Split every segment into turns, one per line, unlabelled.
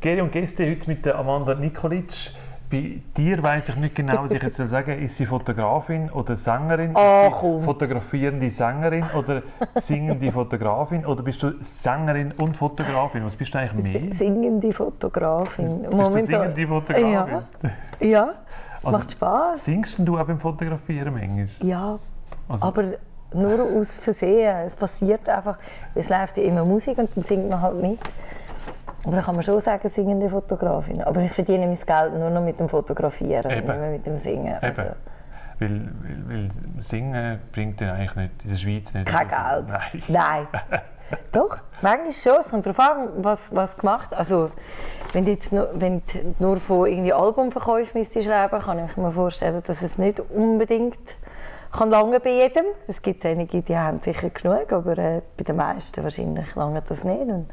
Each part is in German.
Geri und Gäste heute mit der Amanda Nikolic. Bei dir weiß ich nicht genau, was ich jetzt soll sagen Ist sie Fotografin oder Sängerin?
Ah,
ist sie
komm.
fotografierende Sängerin oder singende Fotografin? Oder bist du Sängerin und Fotografin? Was bist du eigentlich mehr?
Mhm. Singende Fotografin.
Bist du singende Fotografin?
Ja, ja. es
Also-
macht Spaß.
Singst denn du auch beim Fotografieren manchmal?
Ja,
Also,
aber nur aus Versehen. Es passiert einfach, es läuft ja immer Musik und dann singt man halt mit. Aber da kann man schon sagen, singende Fotografin. Aber ich verdiene mein Geld nur noch mit dem Fotografieren,
Eben.
nicht mehr mit dem Singen.
Eben.
Also,
Weil, weil, weil Singen bringt dir eigentlich nicht, in der Schweiz nicht.
kein
so
Geld.
viel. Nein.
Nein. Doch, manchmal schon. Es kommt darauf an, was, was gemacht Also, wenn du jetzt nur, wenn du nur von irgendwie Albumverkäufen müsstest leben, kann ich mir vorstellen, dass es nicht unbedingt kann lange bei jedem. Es gibt einige, die haben sicher genug, aber äh, bei den meisten wahrscheinlich lange das nicht. Und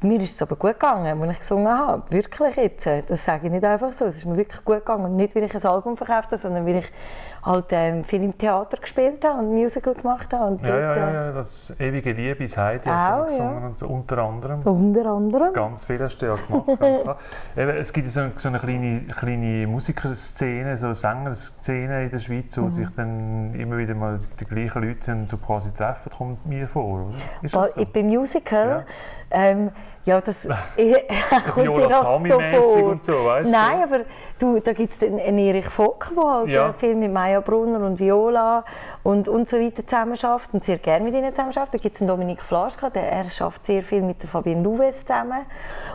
mir ist es aber gut gegangen, als ich gesungen habe. Wirklich jetzt. äh, Das sage ich nicht einfach so. Es ist mir wirklich gut gegangen. Nicht, weil ich ein Album verkauft habe, sondern weil ich halt ähm, viel im Theater gespielt habe und Musical gemacht habe. Und
Ja,
dort,
ja,
äh,
ja, ja, das ewige Liebe ist Heidi hast du
Auch, ja.
gesungen und so, unter anderem.
Unter anderem.
Ganz viel hast du ja gemacht, ganz klar. Eben, es gibt ja so eine, so eine kleine, kleine Musikerszene, so eine Sängerszene in der Schweiz,
Mhm.
wo sich dann immer wieder mal die gleichen Leute dann so quasi treffen, kommt mir vor, oder? Ist
Ba-
das so?
Beim Musical?
Ja.
Ähm, ja, das ich, kommt
Viola
dir das
Kami-mässig
vor.
und so, weißt du?
Nein, aber du, da gibt es den einen Erich Vock, der halt
Ja.
äh, viel mit Maya Brunner und Viola und, und so weiter zusammen schafft und sehr gerne mit ihnen zusammen schafft. Da gibt es einen Dominik Flaschka, der er schafft sehr viel mit der Fabienne Louwes zusammen.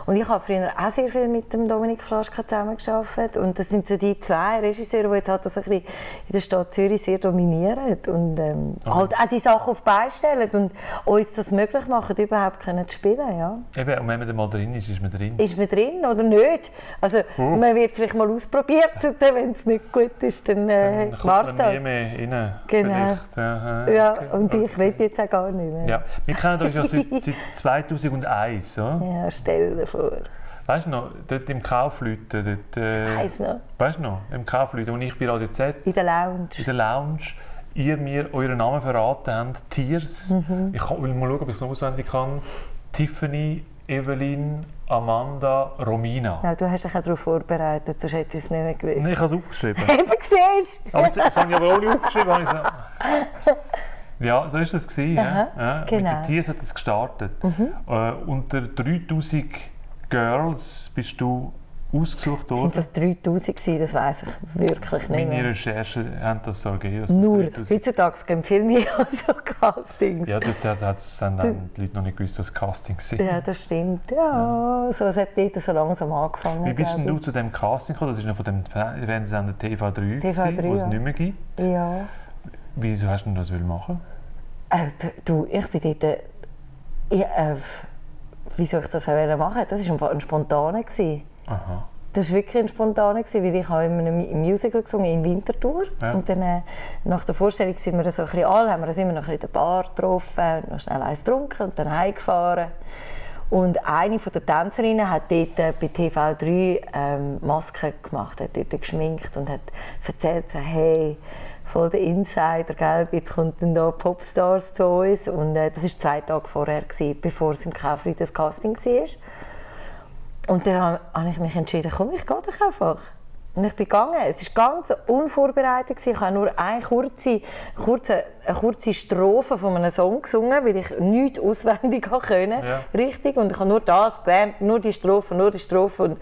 Und ich habe früher auch sehr viel mit dem Dominik Flaschka zusammen geschafft. Und das sind so die zwei Regisseure, die jetzt halt das ein bisschen in der Stadt Zürich sehr dominieren und ähm, halt auch die Sachen auf die Beine stellen und uns das möglich machen, überhaupt können zu spielen, ja
Eben, und wenn man dann mal drin ist, ist man drin.
ist man drin oder nicht. Also
Hm.
man wird vielleicht mal ausprobiert und dann, wenn es nicht gut ist, dann,
Dann
äh,
kommt
war's
man nie
das.
mehr rein.
Genau.
vielleicht. Aha, okay.
Ja, und ich
Okay.
will jetzt auch gar nicht mehr.
Ja, wir kennen uns ja seit, seit 2001, oder?
Ja, stell dir vor.
Weißt du noch, dort im Kaufleuten, dort, äh,
Weiss noch,
weißt du noch, im Kaufleuten, und ich bei Radio Z,
in der Lounge.
in der Lounge, ihr mir euren Namen verraten habt, Tiers,
Mhm.
ich kann- will mal schauen, ob ich es noch auswendig kann, Tiffany, Evelyn, Amanda, Romina.
Ja, du hast dich auch darauf vorbereitet, sonst hättest du es nicht mehr gewusst.
Nein, ich habe es aufgeschrieben.
Eben siehst du?
Aber jetzt, das habe ich aber ohne aufgeschrieben. habe ich so- Ja, so war das. Gewesen,
Aha,
ja. Ja, Mit
genau. Mhm.
den Tiers hat es gestartet. Äh, unter 3000 Girls bist du ausgesucht worden.
Sind das 3000 gewesen? Das weiß ich wirklich nicht
Meine
mehr.
Recherchen haben das so gegeben. dass es
Nur,
3000
heutzutage gehen viel mehr als so Castings.
Ja, dort hat- hat's- haben dann die Leute noch nicht gewusst, was Casting sind.
Ja, das stimmt. Ja, so es hat jeder so langsam angefangen.
Wie bist denn
glaub
du zu dem Casting gekommen? Das ist noch von dem Fe- Fernsehsender TV3,
TV3,
gewesen, wo es
ja.
nicht mehr gibt.
ich. Ja.
Wieso hast du denn das wollen machen?
Äh, du, ich bin dort... äh, Ich, äh, wie soll ich das auch machen? Das war ein spontaner. gewesen.
Aha.
Das war wirklich ein spontaner, gewesen, weil ich habe in einem Mu- Musical gesungen in Winterthur.
Ja.
Und dann, äh, nach der Vorstellung sind wir so ein bisschen alle, haben wir uns immer noch ein bisschen in der Bar getroffen, und noch schnell eins getrunken und dann heimgefahren. Und eine von der Tänzerinnen hat dort äh, bei TV3 ähm, Masken gemacht, hat dort geschminkt und hat erzählt, so, hey, voll der Insider, gell? jetzt kommt dann da Popstars zu uns. Und äh, das war zwei Tage vorher, gewesen, bevor es im Kaufleuten das Casting war. Und dann ha- habe ich mich entschieden, komm, ich gehe doch einfach. Und ich bin gegangen. Es war ganz unvorbereitet. gewesen. Ich habe nur eine kurze, kurze, eine kurze Strophe von einem Song gesungen, weil ich nichts auswendig konnte.
Ja.
Richtig. Und ich habe nur das gelernt, nur die Strophe, nur die Strophe. Und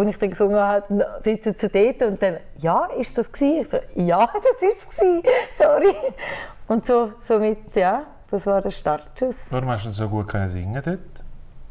als ich dann gesungen habe, na, sitzen sie dort und dann, ja, ist das gewesen? Ich so, ja, das ist es gewesen. Sorry. Und so, somit, ja, das war der Startschuss.
Warum hast du denn so gut können singen dort?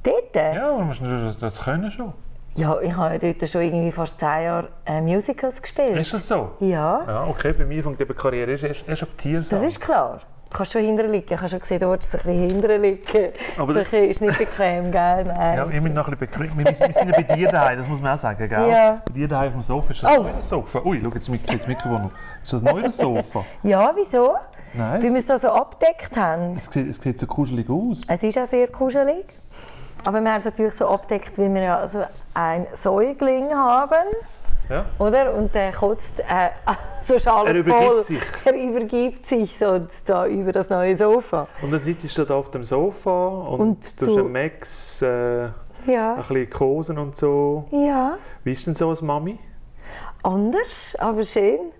Dort?
Ja, warum hast du denn das, das können schon?
Ja, ich habe ja dort schon irgendwie fast zehn Jahre äh, Musicals gespielt.
Ist das so?
Ja,
Ja, okay, bei mir fängt eben die Karriere erst, erst, erst ab Tiers
das
an.
ist klar. Du kannst schon hinterliegen. Ich habe schon gesehen, dort ist es ein bisschen hinterliegen.
Aber
das ist nicht bequem, gell? Nein.
Ja, ich bin noch ein bisschen bequem. Wir, wir sind ja bei dir daheim, das muss man auch sagen, gell?
Ja.
Bei dir daheim auf dem Sofa. Ist das
Oh.
ein neues Sofa? Ui, schau, jetzt mit jetzt das Mikrofon auf. Ist das ein neues Sofa?
Ja, wieso?
Nein.
Weil wir es da so abgedeckt haben.
Es sieht, es sieht so kuschelig aus.
Es ist auch sehr kuschelig. Aber wir haben es natürlich so abgedeckt, weil wir ja also einen Säugling haben.
Ja.
Oder? Und der kotzt, äh, so ist alles
Er übergibt
voll.
sich.
Er übergibt sich so da über das neue Sofa.
Und dann sitzt du da auf dem Sofa und,
Und
du hast
du-
einen Max. Äh, ein
Ja,
bisschen Kosen und so.
ja.
Wie ist denn so als Mami?
Anders, aber schön.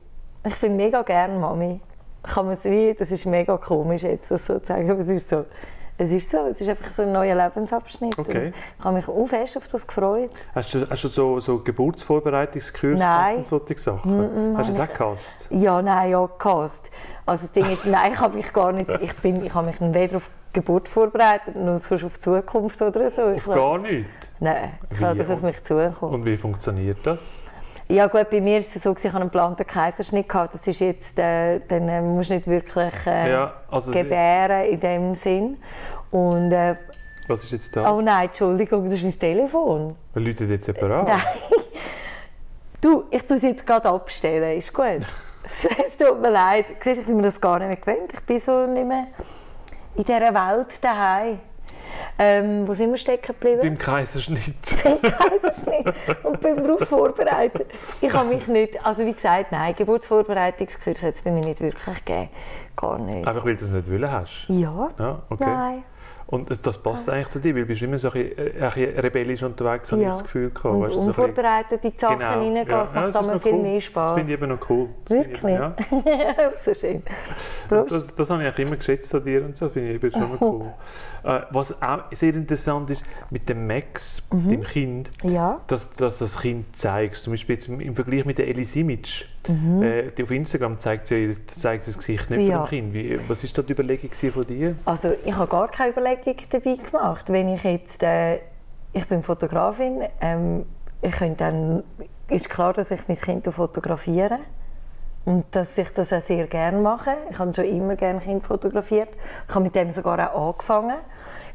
Ich bin mega gern Mami. Kann man es wie, das ist mega komisch jetzt, das so zu sagen, aber es ist so. Es ist so, es ist einfach so ein neuer Lebensabschnitt.
Okay.
Und Ich habe mich auch fest auf das gefreut.
Hast du, hast du so, so Geburtsvorbereitungskurse
Nein. Mm,
und solche Sachen? hast du das auch gehasst?
Ja, nein, ja, gehasst. Also das Ding ist, nein, ich habe mich gar nicht, ich, bin, ich habe mich weder auf die Geburt vorbereitet, noch sonst auf die Zukunft oder so. Ich
Auf
lasse-
gar nichts.
Nein, ich
Wie?
lasse das auf mich zukommen.
Und wie funktioniert das?
Ja gut, bei mir war es so, gewesen, ich hatte einen geplanten Kaiserschnitt. Gehabt. Das ist jetzt, äh, dann äh, musst du nicht wirklich äh,
Ja, also-
gebären in dem Sinn. Und, äh,
Was ist jetzt das?
oh nein, Entschuldigung, das ist mein Telefon.
Man läutet jetzt jemand an.
Nein. Du, ich tue es jetzt gerade abstellen, ist gut. es tut mir leid. Siehst, ich bin mir das gar nicht mehr gewöhnt. Ich bin so nicht mehr in dieser Welt daheim. Ähm, wo sind wir stecken geblieben?
Beim Kaiserschnitt.
Kaiserschnitt und beim Beruf vorbereiten. Ich habe mich nicht, also wie gesagt, nein, Geburtsvorbereitungskurs hat es bei mir nicht wirklich gegeben. Gar nicht.
Einfach weil du es nicht wollen hast.
Ja?
Ja, Ah, okay.
Nein.
Und das- das passt eigentlich zu dir, weil du bist immer so ein bisschen, äh, ein bisschen rebellisch unterwegs, habe ich
Ja.
das Gefühl gehabt.
Und
weißt du, so ein bisschen- Genau.
unvorbereitet in die Sachen reingehen, das
Ja,
macht
das
immer
ist
viel
noch cool.
mehr
Das
Spaß.
finde ich eben noch cool. Das finde ich
Wirklich?
eben- ja.
so schön.
Das,
Prost.
das habe ich eigentlich immer geschätzt an dir und so, finde ich eben schon noch cool. äh, was auch sehr interessant ist, mit dem Max,
Mhm.
dem Kind,
Ja.
dass, dass das Kind zeigst. Zum Beispiel jetzt im im Vergleich mit der Ellie Simic. Äh, die auf Instagram zeigt sie zeigt sie das Gesicht nicht
Mhm. Ja.
von dem Kind. Wie, was ist da die Überlegung gewesen von dir?
Also ich habe gar keine Überlegung dabei gemacht. Wenn ich jetzt, äh, ich bin Fotografin, ähm, ich könnte dann, ist klar, dass ich mein Kind fotografiere und dass ich das auch sehr gerne mache. Ich habe schon immer gerne Kinder fotografiert. Ich habe mit dem sogar auch angefangen.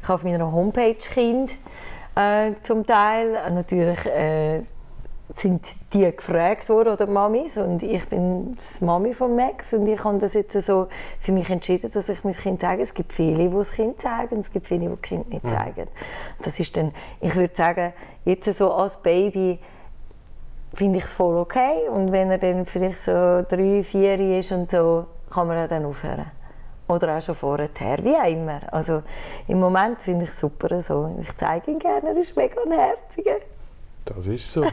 Ich habe auf meiner Homepage Kind äh, zum Teil natürlich äh, sind die gefragt worden oder die Mamis und ich bin das Mami von Max und ich habe das jetzt so für mich entschieden, dass ich mein Kind zeige. Es gibt viele, die das Kind zeigen und es gibt viele, die das Kind nicht zeigen. Das ist dann, ich würde sagen, jetzt so als Baby finde ich es voll okay und wenn er dann vielleicht so drei, vier ist und so, kann man ja dann aufhören. Oder auch schon vorher, wie auch immer. Also im Moment finde ich es super so. Ich zeige ihn gerne, er ist mega ein Herziger.
Das ist so.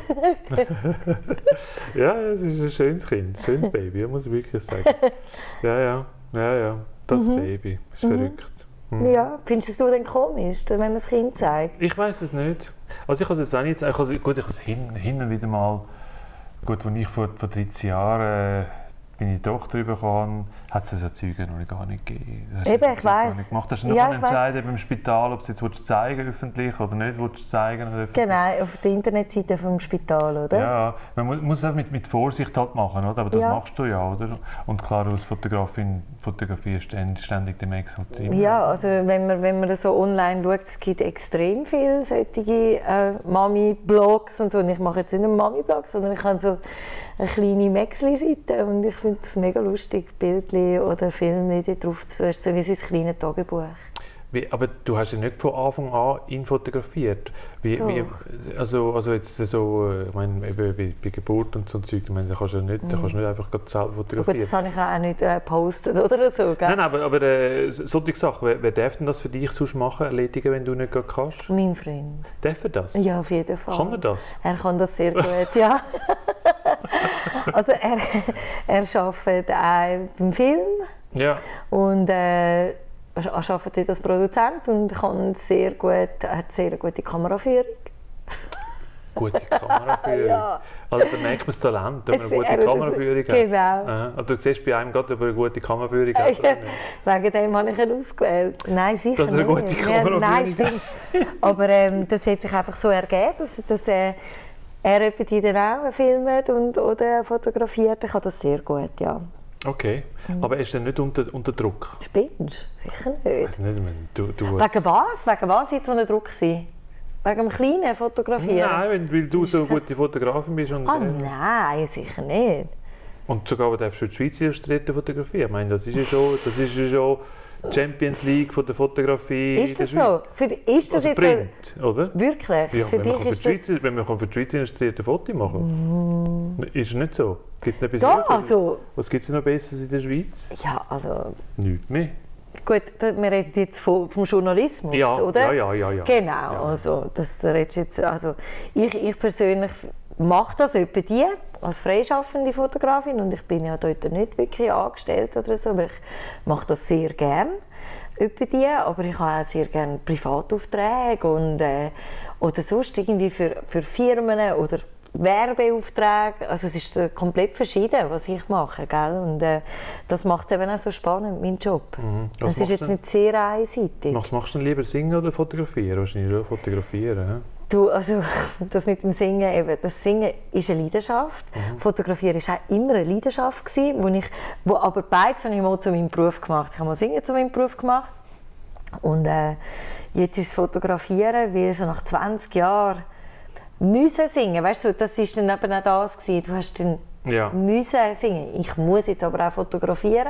ja, es ist ein schönes Kind, ein schönes Baby, ja, muss ich wirklich sagen. Ja, ja, ja, ja. Das
Mhm.
Baby ist verrückt.
Ja, findest du es denn komisch, wenn man das Kind zeigt?
Ich weiß es nicht. Also ich habe es jetzt auch nicht. Ich habe, es- gut, ich habe es hin, hin und wieder mal. Gut, als ich vor, vor 13 Jahren äh, meine Tochter bekam, hat es so Zeuge noch gar nicht gegeben. Hast du
Eben,
so
ich
Zeug noch
weiss.
nicht gemacht. Hast du
Ja,
noch
ich weiss.
entscheiden beim Spital, ob sie jetzt willst zeigen öffentlich oder nicht willst zeigen oder öffentlich.
Genau, auf der Internetseite vom Spital, oder?
Ja, man mu- muss es auch mit, mit Vorsicht halt machen, oder? aber das
Genau. Ja.
machst du ja, oder? Und klar, als Fotografin fotografierst du end- ständig den Max und immer.
Ja, also wenn man, wenn man das so online schaut, es gibt extrem viele solche äh, Mami-Blogs und so. Und ich mache jetzt nicht einen Mami-Blog, sondern ich habe so eine kleine Maxli-Seite und ich finde es mega lustig, Bildchen oder Filme die drauf zu tun. so wie sein kleines Tagebuch.
Wie, aber du hast ja nicht von Anfang an ihn fotografiert. Wie, wie, also, also jetzt so, äh, ich meine, eben bei, bei Geburt und so ein Zeug, ich meine, da kannst du ja nicht, da
Mhm.
kannst du nicht einfach grad selber
Gut,
fotografieren.
das habe ich auch nicht äh, gepostet oder so, gell?
Nein, nein, aber, aber äh, so- solche Sachen, wer, wer darf denn das für dich sonst machen, erledigen, wenn du nicht grad kannst?
Mein Freund.
Darf er das?
Ja, auf jeden Fall.
Kann er das?
Er kann das sehr gut, ja. also er, er arbeitet auch beim Film
Ja.
und äh, er arbeitet dort als Produzent und kann sehr gut, hat sehr gute Kameraführung.
Gute Kameraführung.
Ja.
Also da merkt man das Talent, wenn man eine
Es-
gute
er- das-
Kameraführung hat.
genau.
Aha. Also, du siehst bei einem gerade, ob er eine gute Kameraführung hat oder nicht.
Wegen dem habe ich ihn ausgewählt. Nein, sicher
Dass er eine gute
nicht.
Kameraführung
Nein,
hat.
stimmt. Aber ähm, das hat sich einfach so ergeben, dass, dass äh, er etwa die dann auch filmt und, oder fotografiert. Er kann das sehr gut, ja.
Okay, aber er ist dann nicht unter, unter Druck?
Spinnst du? Sicher nicht.
Ich weiss nicht, ich meine, du, du
Wegen was? Wegen was jetzt unter Druck sein? Wegen dem kleinen Fotografieren?
Nein, wenn, weil du so eine
Das-
gute Fotografin bist und,
Ah
äh,
nein, sicher nicht.
und sogar darfst du die Schweiz illustrierte fotografieren. Ich meine, das ist ja schon, das ist ja schon Champions League von der Fotografie.
Ist das
in der Schweiz.
so? Für, ist das
Also
jetzt
Print, oder?
wirklich?
Ja, wenn,
für
man
dich
kann für
ist
die
das. Mm.
Schweiz, wenn man kann für die Schweiz illustrierte Foto machen kann. Ist nicht so? Gibt es noch etwas
Doch,
Neues?
also-
Was gibt es noch Besseres in der Schweiz?
Ja, also
Nichts mehr.
Gut, da- wir reden jetzt vom, vom Journalismus,
Ja,
oder?
ja, ja, ja, ja.
Genau,
Ja.
also das redest du jetzt, also ich, ich persönlich mache das etwa die als freischaffende Fotografin und ich bin ja dort nicht wirklich angestellt oder so, aber ich mache das sehr gern etwa die, aber ich habe auch sehr gerne Privataufträge und äh, oder sonst irgendwie für, für Firmen oder Werbeaufträge, also es ist äh, komplett verschieden, was ich mache, gell? und äh, das macht es eben auch so spannend, mein Job.
Mhm. Was
Es ist
machst
jetzt
du?
nicht sehr einseitig.
Was machst du denn lieber, singen oder fotografieren? Wahrscheinlich auch fotografieren.
Du, also das mit dem Singen, eben, das Singen ist eine Leidenschaft. Fotografieren ist auch immer eine Leidenschaft gewesen, wo ich, wo aber beides habe ich mal zu meinem Beruf gemacht. Ich habe mal Singen zu meinem Beruf gemacht und äh, jetzt ist das Fotografieren, weil so nach 20 Jahren müssen singen, weißt du, das ist dann eben auch das gewesen. Du hast dann
hä? Ja.
müssen singen. Ich muss jetzt aber auch fotografieren.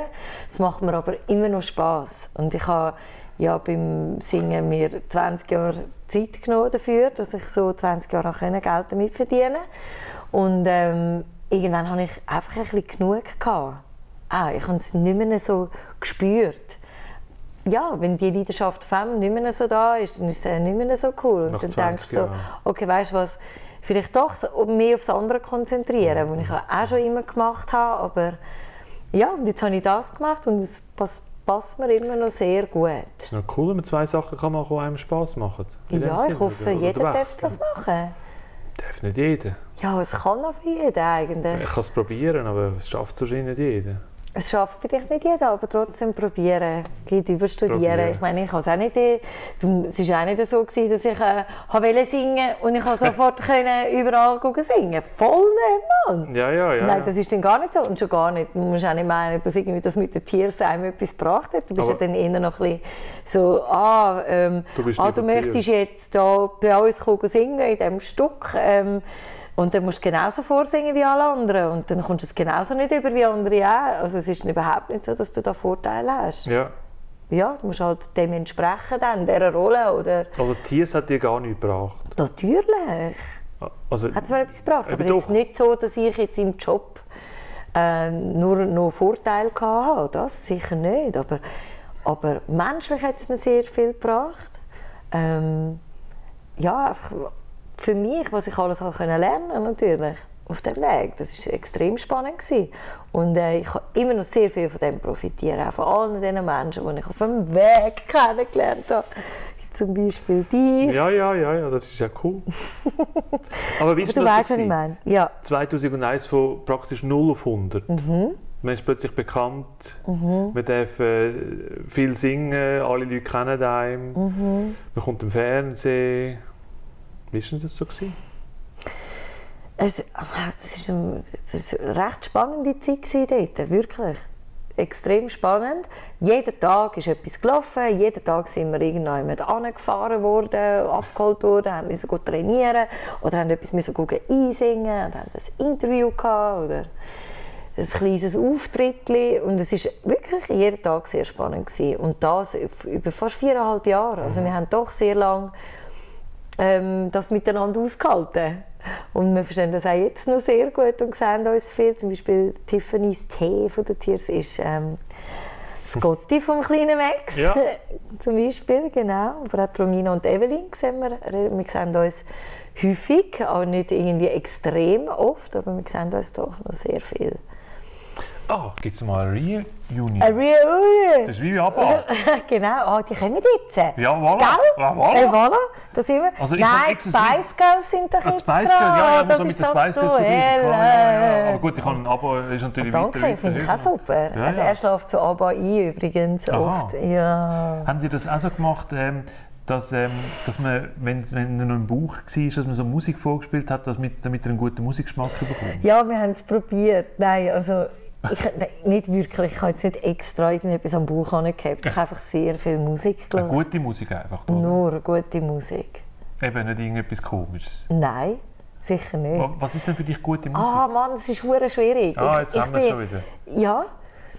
Das macht mir aber immer noch Spaß. Und ich habe ja beim Singen mir 20 Jahre Zeit genommen dafür, dass ich so 20 Jahre habe können Geld damit verdienen. Und ähm, irgendwann habe ich einfach ein bisschen genug gehabt. Auch, ich habe es nicht mehr so gespürt. Ja, wenn die Leidenschaft Femme nicht mehr so da ist, dann ist es äh, nicht mehr so cool. Und
Nach
dann
20
denkst du so,
Jahren.
okay, weißt du was, vielleicht doch so um mehr aufs andere konzentrieren, was ich auch schon immer gemacht habe, aber ja, und jetzt habe ich das gemacht und es passt, passt mir immer noch sehr gut.
Ist noch cool, wenn man zwei Sachen kann machen, die einem Spass machen. In dem
Ja, ich
Sinne,
hoffe,
oder? Oder
jeder darf
wechseln.
das machen.
Darf nicht jeder.
Ja, es kann aber jeder
Ich
eigentlich.
kann es probieren, aber es schafft es wahrscheinlich nicht jeder.
Es schafft vielleicht nicht jeder, aber trotzdem probieren. Geht überstudieren.
Probieren.
Ich meine, ich habe es auch nicht. eh- Du- Es war auch nicht so, gewesen, dass ich äh, habe wollte singen und ich konnte sofort können überall gucken singen. Voll nicht, Mann!
Ja, ja, ja.
Nein, das ist dann gar nicht so. Und schon gar nicht. Man muss auch nicht meinen, dass irgendwie das mit den Tieren einem etwas gebracht hat. Du bist
Aber-
ja dann eher noch ein bisschen so, ah, ähm,
Du bist
ah,
nicht
du
ein Tier.
möchtest jetzt da bei uns kommen singen in diesem Stück. Ähm, und dann musst du genauso vorsingen wie alle anderen. Und dann kommst du es genauso nicht über wie andere auch. Also es ist überhaupt nicht so, dass du da Vorteile hast.
ja.
Ja, du musst halt dem entsprechen, dann, dieser Rolle. Oder
Also Tiers hat dir gar nichts gebracht.
natürlich.
Also,
hat es mir etwas gebracht.
Eben
Aber jetzt
doch.
nicht so, dass ich jetzt im Job äh, nur noch Vorteile gehabt habe. Das sicher nicht. Aber, aber menschlich hat es mir sehr viel gebracht. Ähm, ja, einfach für mich, was ich alles habe können lernen natürlich auf dem Weg. Das ist extrem spannend gewesen. und äh, ich habe immer noch sehr viel von dem profitieren, auch von allen diesen Menschen, die ich auf dem Weg kennengelernt habe. Zum Beispiel dich.
ja, ja, ja, ja, das ist ja cool. aber
aber
weißt
du
was das
weißt, was ich
war?
meine. Ja.
2001 von praktisch 0 auf 100.
Mhm.
Man ist plötzlich bekannt, man darf äh, viel singen, alle Leute kennen einen,
Mhm.
man kommt im Fernsehen. Wie war denn das so? Gewesen?
Es ah, das war eine, eine recht spannende Zeit gewesen dort, wirklich. Extrem spannend. Jeden Tag ist etwas gelaufen, jeden Tag sind wir irgendjemand angefahren worden, abgeholt worden, haben müssen gut trainieren oder haben etwas müssen gut einsingen und haben ein Interview gehabt oder ein kleines Auftritt. Und es war wirklich jeden Tag sehr spannend. Gewesen. Und das über fast viereinhalb Jahre. Also wir haben doch sehr lange ähm, das miteinander ausgehalten. Und wir verstehen das auch jetzt noch sehr gut und sehen uns viel. Zum Beispiel Tiffany's Tee von den Tiers ist ähm, Scotty vom kleinen Max.
Ja.
Zum Beispiel, genau. Aber auch die Romina und die Evelyn sehen wir. Wir sehen uns häufig, aber nicht irgendwie extrem oft. Aber wir sehen uns doch noch sehr viel.
Ah, gibt es mal eine Reunion?
A Reunion!
das ist wie Japan.
genau, ah, die kommen jetzt.
Dus- Ja, voilà.
Gell?
Ja, voilà.
Hey, voilà. Da sind wir.
Also ich hab
Nein, die
exzessiv-
Spice Girls sind doch
Ah, die
jetzt
Spice Girls,
dran.
ja, ja, muss
das
man mit
ist
den Spice Girls
aktuell.
vergleichen. Klar, ja, ja, ja. Aber gut, ich habe ein Abo, das ist natürlich
Danke, finde ich auch
höher.
super.
Ja,
also
ja.
er schläft zu ABBA ein übrigens
Aha.
oft. Ja.
Haben Sie das auch so gemacht, ähm, dass, ähm, dass man, wenn, wenn er noch im Bauch war, dass man so Musik vorgespielt hat, dass mit, damit er einen guten Musikgeschmack bekommt?
ja, wir haben es probiert. Nein, also ich, nein, nicht wirklich. Ich habe jetzt nicht extra irgendetwas am Bauch angehabt. Ich habe einfach sehr viel Musik
Eine
gehört.
gute Musik einfach, oder?
Nur gute Musik.
Eben nicht irgendetwas Komisches.
Nein, sicher nicht.
Wa- Was ist denn für dich gute Musik?
Ah, Mann, es ist hure schwierig.
Ah,
Ich-
jetzt
ich
haben wir es
bin-
schon wieder.
Ja,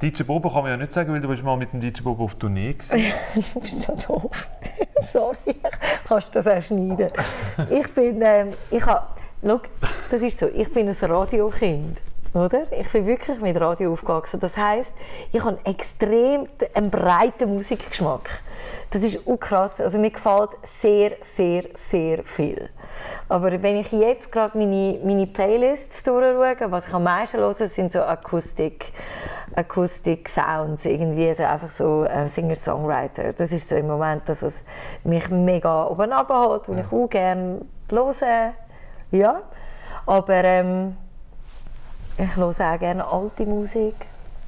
DJ Bobo kann man ja nicht sagen, weil du bist mal mit dem DJ Bobo auf Tournee gewesen.
du bist so doof. Sorry, kannst du das auch schneiden? Ich bin, ähm, ich hab, schau, das ist so, ich bin ein Radiokind. Oder? Ich bin wirklich mit Radio aufgewachsen. Das heißt, ich habe extrem einen breiten Musikgeschmack. Das ist auch krass. Also mir gefällt sehr, sehr, sehr viel. Aber wenn ich jetzt gerade meine, meine Playlists durchschaue, was ich am meisten höre, sind so Akustik, Akustik-Sounds, irgendwie so einfach so äh, Singer-Songwriter. Das ist so im Moment, dass es mich mega oben abholt und ich auch gerne höre. Ja, aber ähm, ich höre auch gerne alte Musik.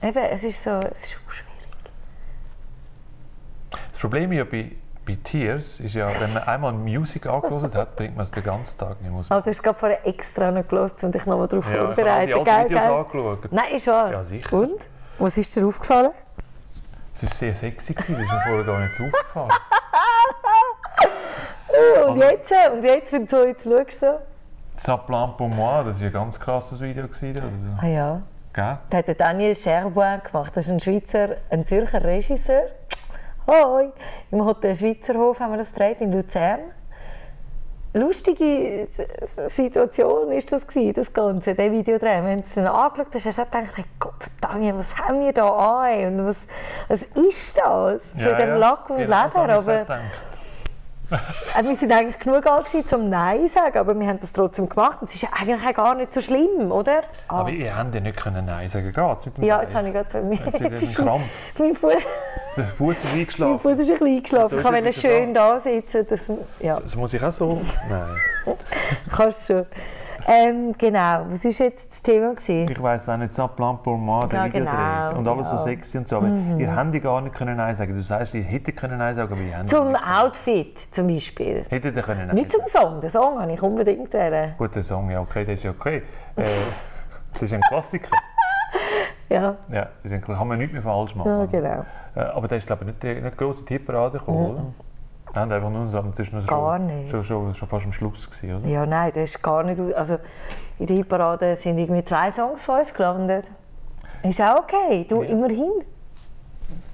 Eben, es ist so, es ist auch schwierig.
Das Problem ja bei, bei Tears ist ja, wenn man einmal Musik angehört hat, bringt man es den ganzen Tag nicht mehr aus.
Also du hast es gerade vorher extra noch gehört, um dich nochmal darauf
ich habe all
vorzubereiten.
die alten
gell,
Videos
gell?
angeschaut.
Nein, ist wahr.
Ja, sicher.
Und? Was ist dir aufgefallen?
Es war sehr sexy, gewesen, das ist mir vorher gar nicht so aufgefallen.
Oh, und jetzt, äh, und jetzt, wenn du so jetzt schaust, so.
Ça plane pour moi, das war ein ganz krasses Video. Gewesen, oder?
Ah ja,
Gell?
das hat der Daniel Scherboin gemacht. Das ist ein Schweizer, ein Zürcher Regisseur. Hoi! Im Hotel Schweizerhof haben wir das gedreht, in Luzern. Lustige S- S- Situation ist das gewesen, das Ganze, der Videodreh. Wenn du es dann angeschaut hast, hast du auch gedacht, hey Gott, verdammt, was haben wir da an? ey? Und was, was ist das? So in dem Lack und
Genau, so
Leder,
habe ich's
aber...
auch gedacht.
Äh, Wir sind eigentlich genug alt, gewesen, um Nein zu sagen, aber wir haben das trotzdem gemacht. Und es ist ja eigentlich auch gar nicht so schlimm, oder? Ah.
Aber ihr habt ja nicht können Nein sagen können.
ja, jetzt habe ich gerade so...
Jetzt ist
Jetzt
es
ist
ein
mein,
Krampf.
mein, Fuß,
Der Fuß ist
mein
eingeschlafen.
Fuß ist ein bisschen eingeschlafen.
Soll
Ich
ich
kann
wieder
wollte schön da sitzen. Das, ja,
Das muss ich auch so. Nein.
kannst schon. Ähm, genau, was war jetzt das Thema? Gewesen?
Ich weiß auch nicht, ça plan pour moi, der
Ja,
Videodreh.
genau,
und alles so
genau.
sexy und so. Aber ihr habt ja gar nicht können Nein sagen. Du sagst, ihr hättet können Nein sagen, aber ihr habt
Zum
nicht.
Outfit zum Beispiel.
Hättet ihr können Nein
Nicht
sagen.
zum Song, den Song habe ich unbedingt wählen.
Gut, der Song, ja okay, das ist ja okay. Äh, das ist ein Klassiker.
Ja,
Ja, das ist ein, kann man nichts mehr falsch machen.
ja, genau.
Äh, Aber der ist, glaube ich, nicht der nicht grosse Tipperade gekommen, oder? Die haben einfach nur gesagt, das war noch
Gar
schon,
nicht.
Schon, schon, schon fast am Schluss, gewesen, oder?
Ja, nein, das ist gar nicht. au- Also, in der Hitparade sind irgendwie zwei Songs von uns gelandet. Ist auch okay, du immerhin.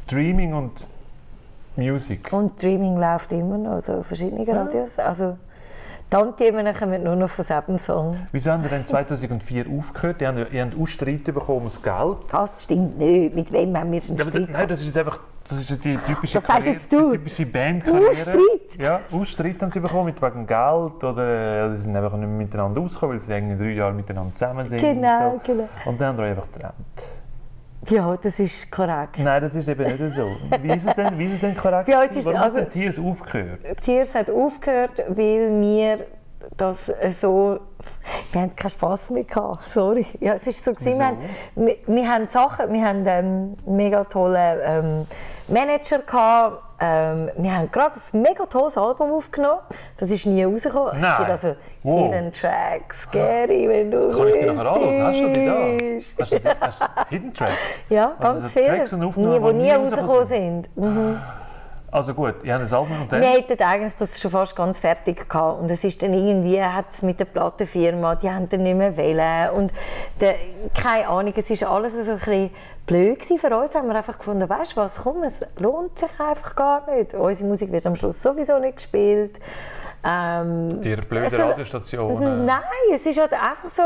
Streaming und Music.
Und Streaming läuft immer noch, also verschiedene Radios. Also, die Anthemen kommen nur noch von selben Song.
Wieso haben wir denn 2004 aufgehört? Ihr habt, ja- ihr habt ausstreiten bekommen ums Geld.
Das stimmt nicht. Mit wem haben wir einen
Ja, aber halt
Streit?
das- nein, das ist jetzt einfach das ist ja die typische
Das sagst
Karriere-
jetzt du.
die typische Bandkarriere.
Ausstreit.
Ja, Ausstreit haben sie bekommen, mit wegen Geld oder äh, sie sind einfach nicht mehr miteinander ausgekommen, weil sie irgendwie drei Jahre miteinander zusammen sind.
Genau,
und so.
genau.
Und dann haben sie euch einfach getrennt.
Ja, das ist korrekt.
Nein, das ist eben nicht so. Wie ist es denn, wie ist es denn korrekt?
Bei uns ist-
Warum
also-
hat Tiers aufgehört?
Tiers hat aufgehört, weil wir das äh, so. Wir hatten keinen Spass mehr. Gehabt. Sorry. Ja, es ist so. Gewesen. Wir, haben, wir, wir haben Sachen, wir haben ähm, mega tolle ähm, Manager. Gehabt. Ähm, wir haben gerade ein mega tolles Album aufgenommen. Das ist nie rausgekommen.
Nein.
Es gibt also
Wow.
Hidden Tracks, Scary, wenn du
Kann ich dir nachher alles? Hast du die da? Hast
wüsstest.
du die, hast du Hidden Tracks?
Ja,
Also
ganz
so
viele.
Tracks und Aufnahmen,
die
die
nie
nie rausgekommen
rausgekommen sind. Mhm.
Also gut, ihr habt ein Album und dann...
Wir hätten eigentlich das schon fast ganz fertig gehabt und es ist dann irgendwie hat's mit der Plattenfirma, die haben dann nicht mehr wollen und der, keine Ahnung, es ist alles so ein bisschen blöd gewesen für uns, haben wir einfach gefunden, weißt du was, komm, es lohnt sich einfach gar nicht. Unsere Musik wird am Schluss sowieso nicht gespielt. Ähm,
Ihre blöden
Also-
Radiostationen.
Nein, es ist halt einfach so,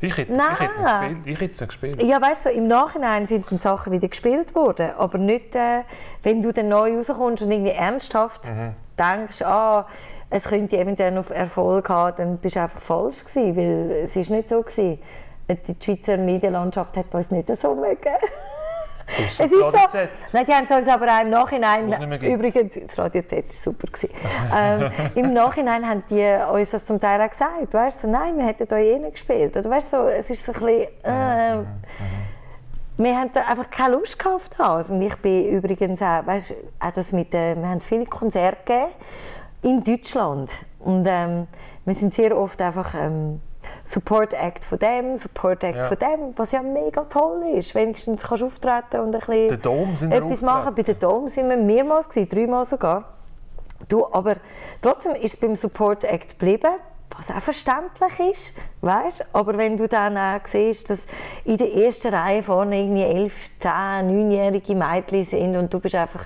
Ich hätte
Nein.
ich hätte nicht gespielt. Ich hätte es nicht gespielt.
ja, weißt du, so, im Nachhinein sind dann Sachen wieder gespielt worden, aber nicht, äh, wenn du dann neu rauskommst und irgendwie ernsthaft
Mhm.
denkst, ah, es könnte eventuell noch Erfolg haben, dann bist du einfach falsch gewesen, weil es ist nicht so gewesen. Die Schweizer Medienlandschaft hat uns nicht so mögen.
Es
Es ist so. Nein, die haben es uns aber auch im Nachhinein.
Wo's nicht mehr gibt.
Übrigens, das Radio Z war super. gewesen. ähm, Im Nachhinein haben die uns das zum Teil auch gesagt. Weißt du, so, nein, wir hätten euch eh nicht gespielt. Oder weißt du, so, es ist so ein bisschen. Äh, wir hatten einfach keine Lust gehabt auf das. Und ich bin übrigens auch, weißt, auch das mit, äh, wir haben viele Konzerte gegeben in Deutschland. Und ähm, wir sind sehr oft einfach ähm, Support Act von dem, Support Act
Ja.
von dem, was ja mega toll ist. Wenigstens kannst du auftreten und
Der
ein bisschen
Dom sind wir
etwas machen.
aufgetreten.
Bei den Dom sind wir mehrmals, gewesen, dreimal sogar. Du, aber trotzdem ist es beim Support Act geblieben, was auch verständlich ist, weißt? Aber wenn du dann auch siehst, dass in der ersten Reihe vorne irgendwie 11, 10, 9-jährige Mädchen sind und du bist einfach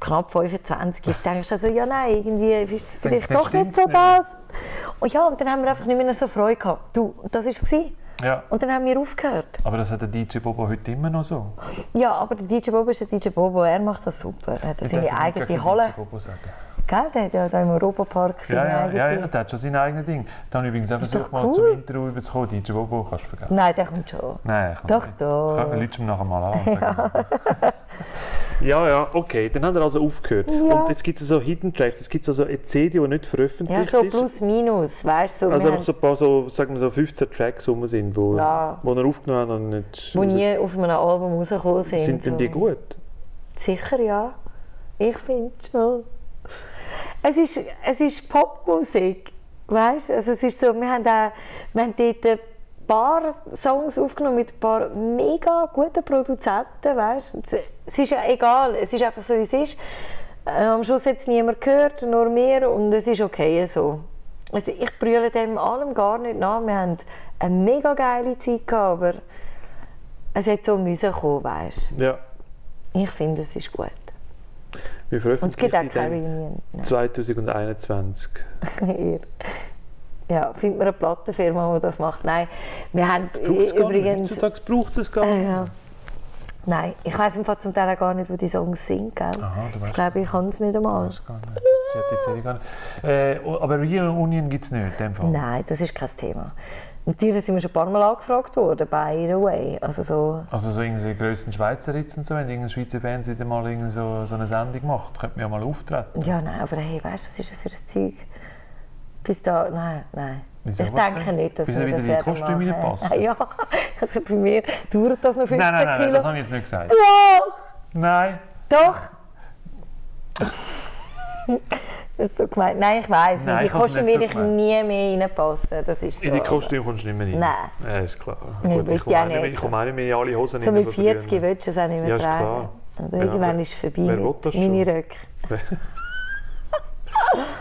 knapp 25, dann denkst du also, ja nein, irgendwie ist es vielleicht
dann
doch nicht
stimmt's
so Oh
nicht mehr.
das. Und ja, und dann haben wir einfach nicht mehr so Freude gehabt. Du, und das war es.
Ja.
Und dann haben wir aufgehört.
Aber das hat der DJ Bobo heute immer noch so.
Ja, aber der DJ Bobo ist der DJ Bobo, er macht das super. Er hat
Ich
seine
darf nicht gegen
eigene
den
Halle.
DJ Bobo sagen.
Gell, der hat ja da im Europapark seine
Ja, ja,
eigene.
ja, ja, der hat schon sein eigenes Ding. Dann übrigens auch versucht,
doch
mal
cool.
zum Interview überzukommen. DJ Bobo kannst du vergessen.
Nein, der kommt schon.
Nein, ich
Doch,
nicht.
doch.
Ich Leute ihm nachher mal an. und sagen, Ja. ja, okay. Dann haben wir also aufgehört. Und jetzt gibt es so Hidden Tracks. Es gibt also eine CD, die nicht veröffentlicht
Ja, so
ist.
plus minus, weißt du. So,
also
wir
einfach
haben,
so ein paar, so, sagen wir so 15 Tracks rum sind, wo,
Ja.
wo wir aufgenommen haben und nicht... also
wo nie auf einem Album rausgekommen sind.
sind denn die
so.
gut?
Sicher ja. Ich finde schon. Es ist, es ist Popmusik. Weißt also es ist so, wir haben, auch, wir haben dort ein paar Songs aufgenommen mit ein paar mega guten Produzenten. Weißt? Es, es ist ja egal, es ist einfach so, wie es ist. Äh, Am Schluss hat es niemand gehört, nur mir und es ist okay so. Also ich brülle dem allem gar nicht nach. Wir haben eine mega geile Zeit, gehabt, aber es hat so müssen kommen, weißt
Ja.
ich finde, es ist gut.
Wir
Und es gibt auch Äh,
veröffentlichen
keine
die
Reunion.
dann 2021.
Nein, ihr. Ja, findet man eine Plattenfirma, die das macht? Nein, wir haben
Braucht es gar nicht.
übrigens...
Heutzutage braucht es gar nicht.
Ja. Nein, ich weiß im Fall zum Teil auch gar nicht, wo die Songs sind. Gell?
Aha, du weißt-
ich glaube, ich kann es nicht einmal.
Ah, Weiß gar nicht. Sie hat die CD gar nicht. Äh, aber Reunion gibt es nicht in dem Fall.
Nein, das ist kein Thema. Und dir sind wir schon ein paar Mal angefragt worden, by the way. Also so,
Also so irgendwelche grössten Schweizer Hits und so, wenn irgendein Schweizer Fans wieder mal irgend so, so eine Sendung macht, könnte man ja mal auftreten.
ja nein, aber hey, weißt du, was ist das für ein Zeug? Bis da, nein, nein.
Wieso
ich
was
denke
denn?
nicht, dass
Wieso
wir
wieder
das
die
werden
Kostüme
machen.
reinpassen?
Ja, also bei mir dauert das noch
Nein,
15
nein, nein, nein,
Kilo.
das habe ich jetzt nicht gesagt.
Doch!
Nein.
Doch! das ist so gemeint. Nein, ich weiß
Nein,
nicht. Die
ich hab's
Kostüme
nicht so
werde ich
gemeint.
nie mehr reinpassen. Das ist so.
In die Kostüme kommst du nicht mehr rein.
Nein.
Ja, ist klar.
Nein,
Gut,
will
ich
ich
komme
auch
auch nicht mehr-
nicht.
ich komme auch nicht mehr in alle Hosen
so
rein,
mit
die
40
früher-
willst du es auch nicht mehr
Ja, ist
tragen.
klar.
Oder
Wer-
irgendwann
wer-
ist es vorbei
wer will
mit
das
mini
schon?
Röcke.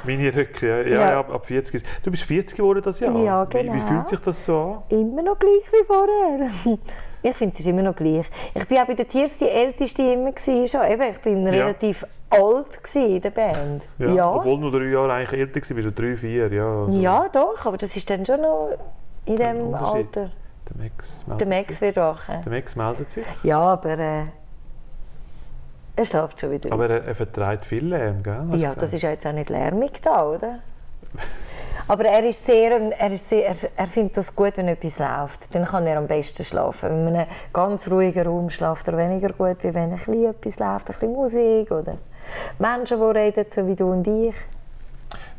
Meine Röcke, ja, ja,
Ja.
ja. ab- ab 40. ist- Du bist 40 geworden das Jahr.
Ja,
Wie, wie
genau.
fühlt sich das so
Immer noch gleich wie vorher. Ich finde, es ist immer noch gleich. Ich war auch bei den Tiers die älteste immer. Gewesen, schon. Eben, ich bin relativ alt gewesen in der Band.
an? Obwohl du drei Jahre eigentlich älter warst, bist du drei, vier, ja. Also,
ja doch, aber das ist dann schon noch in dem
Unterschied.
Alter.
Der Max,
Der
meldet,
Max wird wachen.
der Max meldet sich.
Ja, aber äh, er schläft schon wieder.
Aber er, er vertreibt viel Lärm, gell? hast du
ja,
gesagt?
das ist ja jetzt auch nicht lärmig da, oder? Aber er ist sehr, ähm, er, ist sehr er, er findet das gut, wenn etwas läuft. Dann kann er am besten schlafen. In einem ganz ruhigen Raum schläft er weniger gut, wie wenn ein bisschen etwas läuft, ein bisschen Musik oder Menschen, die reden, so wie du und ich.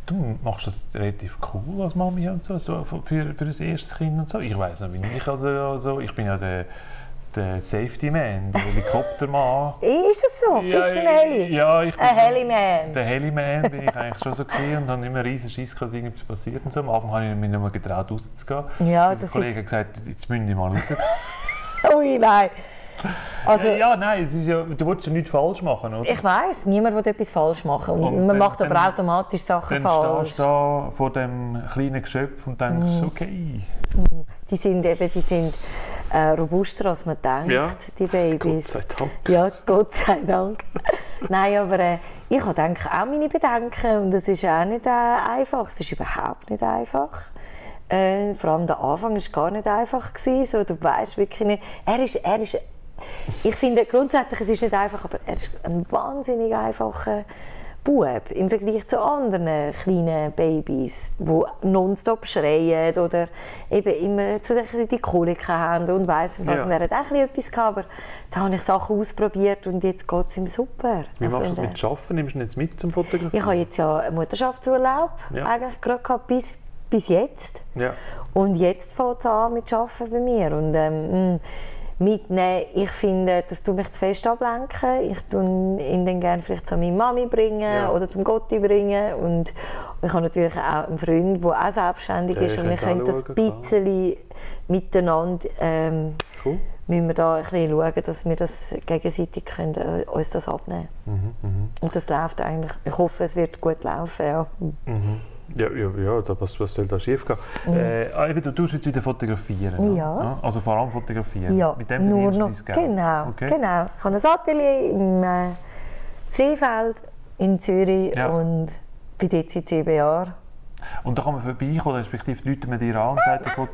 Du machst das relativ cool als Mami und so, so für, für das erste Kind und so. Ich weiß noch, wie ich also, also ich bin ja der, der Safety Man, der Helikoptermann.
Ist es so?
ja,
Bist du ein Heli? Äh.
Ja, ich bin
Ein Heli-Man?
Der Heli-Man bin ich eigentlich schon so gewesen und habe immer riesen Schiss, dass irgendwas passiert und so. Am Anfang habe ich mich nicht mal getraut, rauszugehen.
Ja,
Weil der
das
Kollege
ist-
hat gesagt, jetzt müssen ich mal raus. Äh,
Ui, nein. Also,
ja, ja, nein, es ist ja, du willst ja nichts falsch machen, oder?
ich weiss, niemand will etwas falsch machen. Und
Und
man
dann-
macht aber
dann-
automatisch
Dann
Sachen falsch. Mhm.
stehst du da vor dem kleinen Geschöpf und denkst, okay.
Die sind eben, die sind äh, robuster als man denkt,
Ja.
die
Gott
Babys.
sei Dank.
Ja, Gott sei Dank. Nein, aber äh, ich habe denke auch meine Bedenken und es ist auch nicht äh, einfach. Es ist überhaupt nicht einfach. Äh, vor allem der Anfang war gar nicht einfach. Gewesen, so, du weißt wirklich nicht. Er ist, er ist, ich finde grundsätzlich, es ist nicht einfach, aber er ist ein wahnsinnig einfacher Bub im Vergleich zu anderen kleinen Babys, die nonstop schreien oder eben immer so ein bisschen die Koliken haben und weiss nicht was.
Ja.
Und er hat auch ein bisschen etwas gehabt, aber da habe ich Sachen ausprobiert und jetzt geht es ihm super.
Wie
Also,
machst du
und,
das mit Schaffen? Nimmst du ihn jetzt mit zum Fotografieren?
ich habe jetzt ja einen Mutterschaftsurlaub
Ja.
eigentlich gerade gehabt, bis, bis jetzt.
Ja.
Und jetzt fängt es an mit Arbeiten bei mir. Und ähm, mh, mitnehmen, ich finde, das tut mich zu fest ablenken. Ich tue ihn dann gerne vielleicht zu meiner Mami bringen
Ja.
oder zum Gotti bringen. Und ich habe natürlich auch einen Freund, der auch selbstständig
Ja,
ist.
ihr
Und wir
könnt
können das ein
anschauen,
bisschen miteinander, ähm,
Cool.
müssen wir da ein bisschen schauen, dass wir das gegenseitig können, äh, uns das abnehmen können.
Mhm,
Und das läuft eigentlich. Ich hoffe, es wird gut laufen. Ja.
Ja, ja, ja da, was, was soll da schiefgehen? Äh, ah, eben, du tust jetzt wieder fotografieren. ne?
Mhm. Ja.
Also vor allem fotografieren.
Ja,
Mit dem
nur
verdienst
noch.
du dein Geld.
Genau,
Okay.
genau. Ich habe ein Atelier im äh, Seefeld in Zürich
Ja.
und bin dort seit sieben Jahren.
Und da kann man vorbeikommen, respektive Leute mit dir an und sagen, ich will-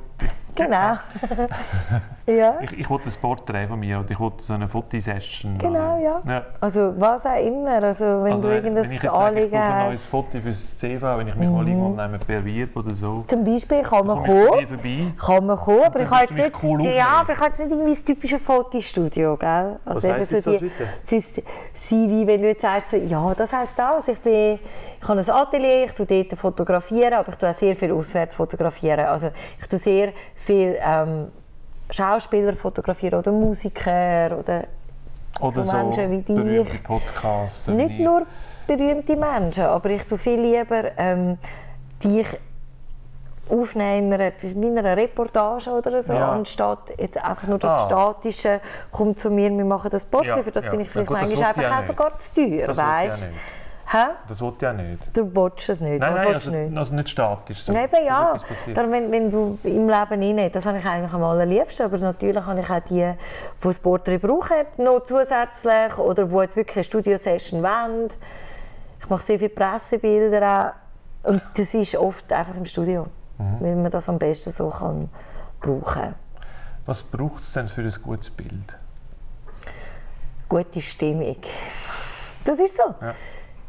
Genau. ja.
Ich, ich wollte ein Porträt von mir und ich wollte so eine Fotosession.
Genau, ja.
ja.
Also was auch immer. Also wenn
Also
du
wenn, wenn ich
irgendein
jetzt sage, ich
Anliegen Mhm.
brauche ein neues
hast.
Foto fürs CV, wenn ich mich mal irgendwo nehme, bewirbe oder so,
Zum Beispiel kann man
komme ich bei dir
kommen.
vorbei.
Kann man kommen, aber
musst
ich habe jetzt
du mich
nicht,
cool aufnehmen.
ja, aber ich habe jetzt nicht irgendwie das typische Fotostudio, gell? Also
Was
eben
heisst
so
jetzt das
die-
wieder?
das CV, wenn du jetzt sagst, so, ja, das heisst das, ich, bin, ich habe ein Atelier, ich tue dort fotografieren, aber ich tue auch sehr viel auswärts fotografieren. Also ich tue sehr viel ähm, Schauspieler fotografieren oder Musiker oder
Oder
So
so
Menschen wie dir.
berühmte Podcasts. die
Nicht
ich-
nur berühmte Menschen, aber ich tue viel lieber ähm, dich aufnehmen in einer, in einer Reportage oder so,
Ja.
anstatt jetzt einfach nur das
Ah.
Statische, komm zu mir, wir machen das Porträt,
Ja,
für das
ja.
bin ich
Na
vielleicht
gut, das
manchmal
will ich
einfach auch
auch
sogar zu teuer,
Das will ich
weißt
auch nicht.
Hä?
Das wollte ich auch nicht.
Du willst es nicht,
Nein,
das
nein,
willst
also
du nicht.
nicht. also nicht statisch. So,
Eben ja,
dass etwas passiert.
Darum, wenn, wenn du im Leben hinein, das habe ich eigentlich am allerliebsten, aber natürlich habe ich auch die, die das Porträt brauchen, noch zusätzlich oder die jetzt wirklich eine Studio-Session wollen. Ich mache sehr viele Pressebilder auch und das ist oft einfach im Studio,
Mhm.
weil man das am besten so kann brauchen
Was braucht es denn für ein gutes Bild?
Gute Stimmung. Das ist so.
Ja.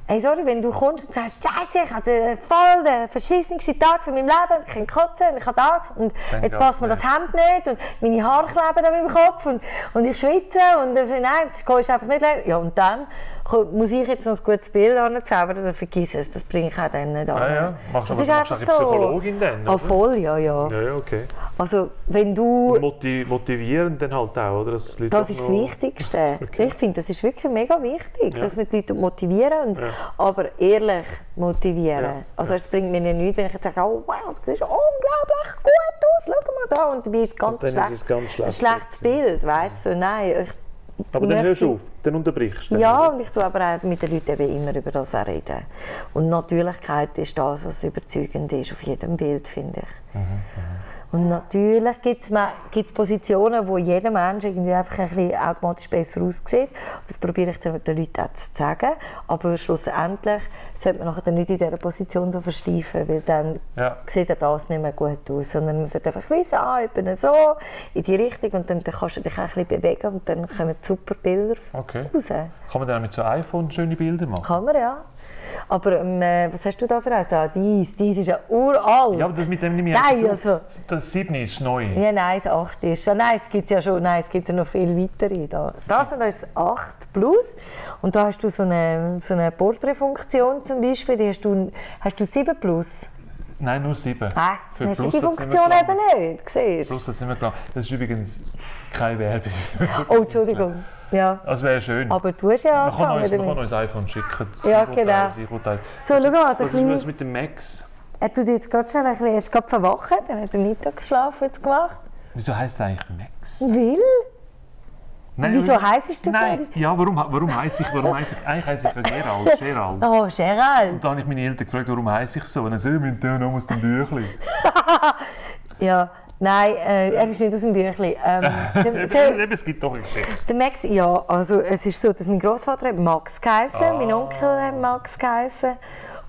Hey, sorry, wenn du kommst und sagst, Scheiße, ich hatte den voll den verschissensten Tag von meinem Leben, ich kann kotzen und ich habe das und
Dann
jetzt
geht's
passt mir das
nicht.
Hemd nicht und meine Haare kleben an meinem Kopf und, und ich schwitze und dann sage ich, nein, das kannst du einfach nicht lesen. Ja, und dann ko- muss ich jetzt noch ein gutes Bild anzaubern, dann vergiss es, das bringe ich auch dann nicht an.
Ah ja, machst du
Das
aber machst
ist
du
einfach
auch
so.
Psychologin dann,
Ah,
oder?
voll, ja, ja.
Ja, ja, okay.
Also, wenn du...
Moti motivierend dann halt auch, oder? Dass die Leute
Das
auch
ist das
noch-
Wichtigste.
Okay.
Ich finde, das ist wirklich mega wichtig,
Ja.
dass wir die Leute motivieren, und,
Ja.
aber ehrlich motivieren.
Ja,
Also es bringt mir ja nichts, wenn ich jetzt sage, oh wow, du siehst unglaublich gut aus, schau mal da, und dabei ist es ganz,
Und dann ist
schlecht,
es ganz schlecht.
ein schlechtes Bild, weißt du, nein. Ich
Aber dann hörst
möchte-
du auf, dann unterbrichst du.
ja, und ich tue aber auch mit den Leuten eben immer über das auch reden. Und Natürlichkeit ist das, was überzeugend ist auf jedem Bild, finde ich. Und natürlich gibt es Positionen, wo jeder Mensch irgendwie einfach ein bisschen automatisch besser aussieht. Und Das probiere ich dann den Leuten auch zu sagen. Aber schlussendlich sollte man nachher dann nicht in dieser Position so versteifen, weil dann
Ja.
sieht auch das nicht mehr gut aus. Sondern man sollte einfach wissen, ah, ich bin so, in die Richtung. Und dann, dann kannst du dich auch ein bisschen bewegen und dann kommen super Bilder
Okay.
raus.
Kann man dann auch mit so iPhone schöne Bilder machen?
Kann man, ja. Aber ähm, äh, was hast du da für eins? Ah, dies, dies ist ja uralt.
Ja, aber das mit dem nehme ich
Nein,
einfach so.
also-
Das 7 ist neu.
Ja, nein, das 8 ist. Ah, nein, es gibt ja schon, nein, es gibt ja noch viel weitere da. Das und das ist das 8 Plus. Und da hast du so eine, so eine Porträtfunktion zum Beispiel, die hast du, hast du 7 Plus.
Nein, nur 7.
Nein,
Für
hast du
Plus
die
hat's nicht mehr
Funktion
gelangt.
eben nicht, siehst du?
Plus hat es immer klar. Das ist übrigens keine Werbung.
Oh, Entschuldigung. Ja,
Das wäre schön.
aber du hast ja
man, kann
angefangen
uns, man kann
damit.
uns iPhone schicken.
Ja,
Sie will
genau.
eins, ich will eins.
So, schau mal, der
Was ist
Kleine,
das mit dem Max?
er tut jetzt gerade schon ein bisschen, er ist gerade verwachen, dann hat er Mittagsschlaf jetzt gemacht.
Wieso heisst er eigentlich Max?
Will?
Nein,
Wieso
aber-
heisst du
Nein,
Geri?
ja, warum, warum heisse ich, warum heisse ich, eigentlich heisse ich ja Gerald, Gerald.
Oh, Gerald.
Und dann habe ich meine Eltern gefragt, warum heisse ich so? Und dann sagen sie, wir tun nur aus dem Büchlein.
Ja, nein, äh, er ist nicht aus dem Büchlein. Ähm, der, der,
Eben, es gibt doch eine Geschichte.
der Max, ja, also es ist so, dass mein Großvater hat Max geheißen,
Ah.
mein Onkel hat Max geheißen.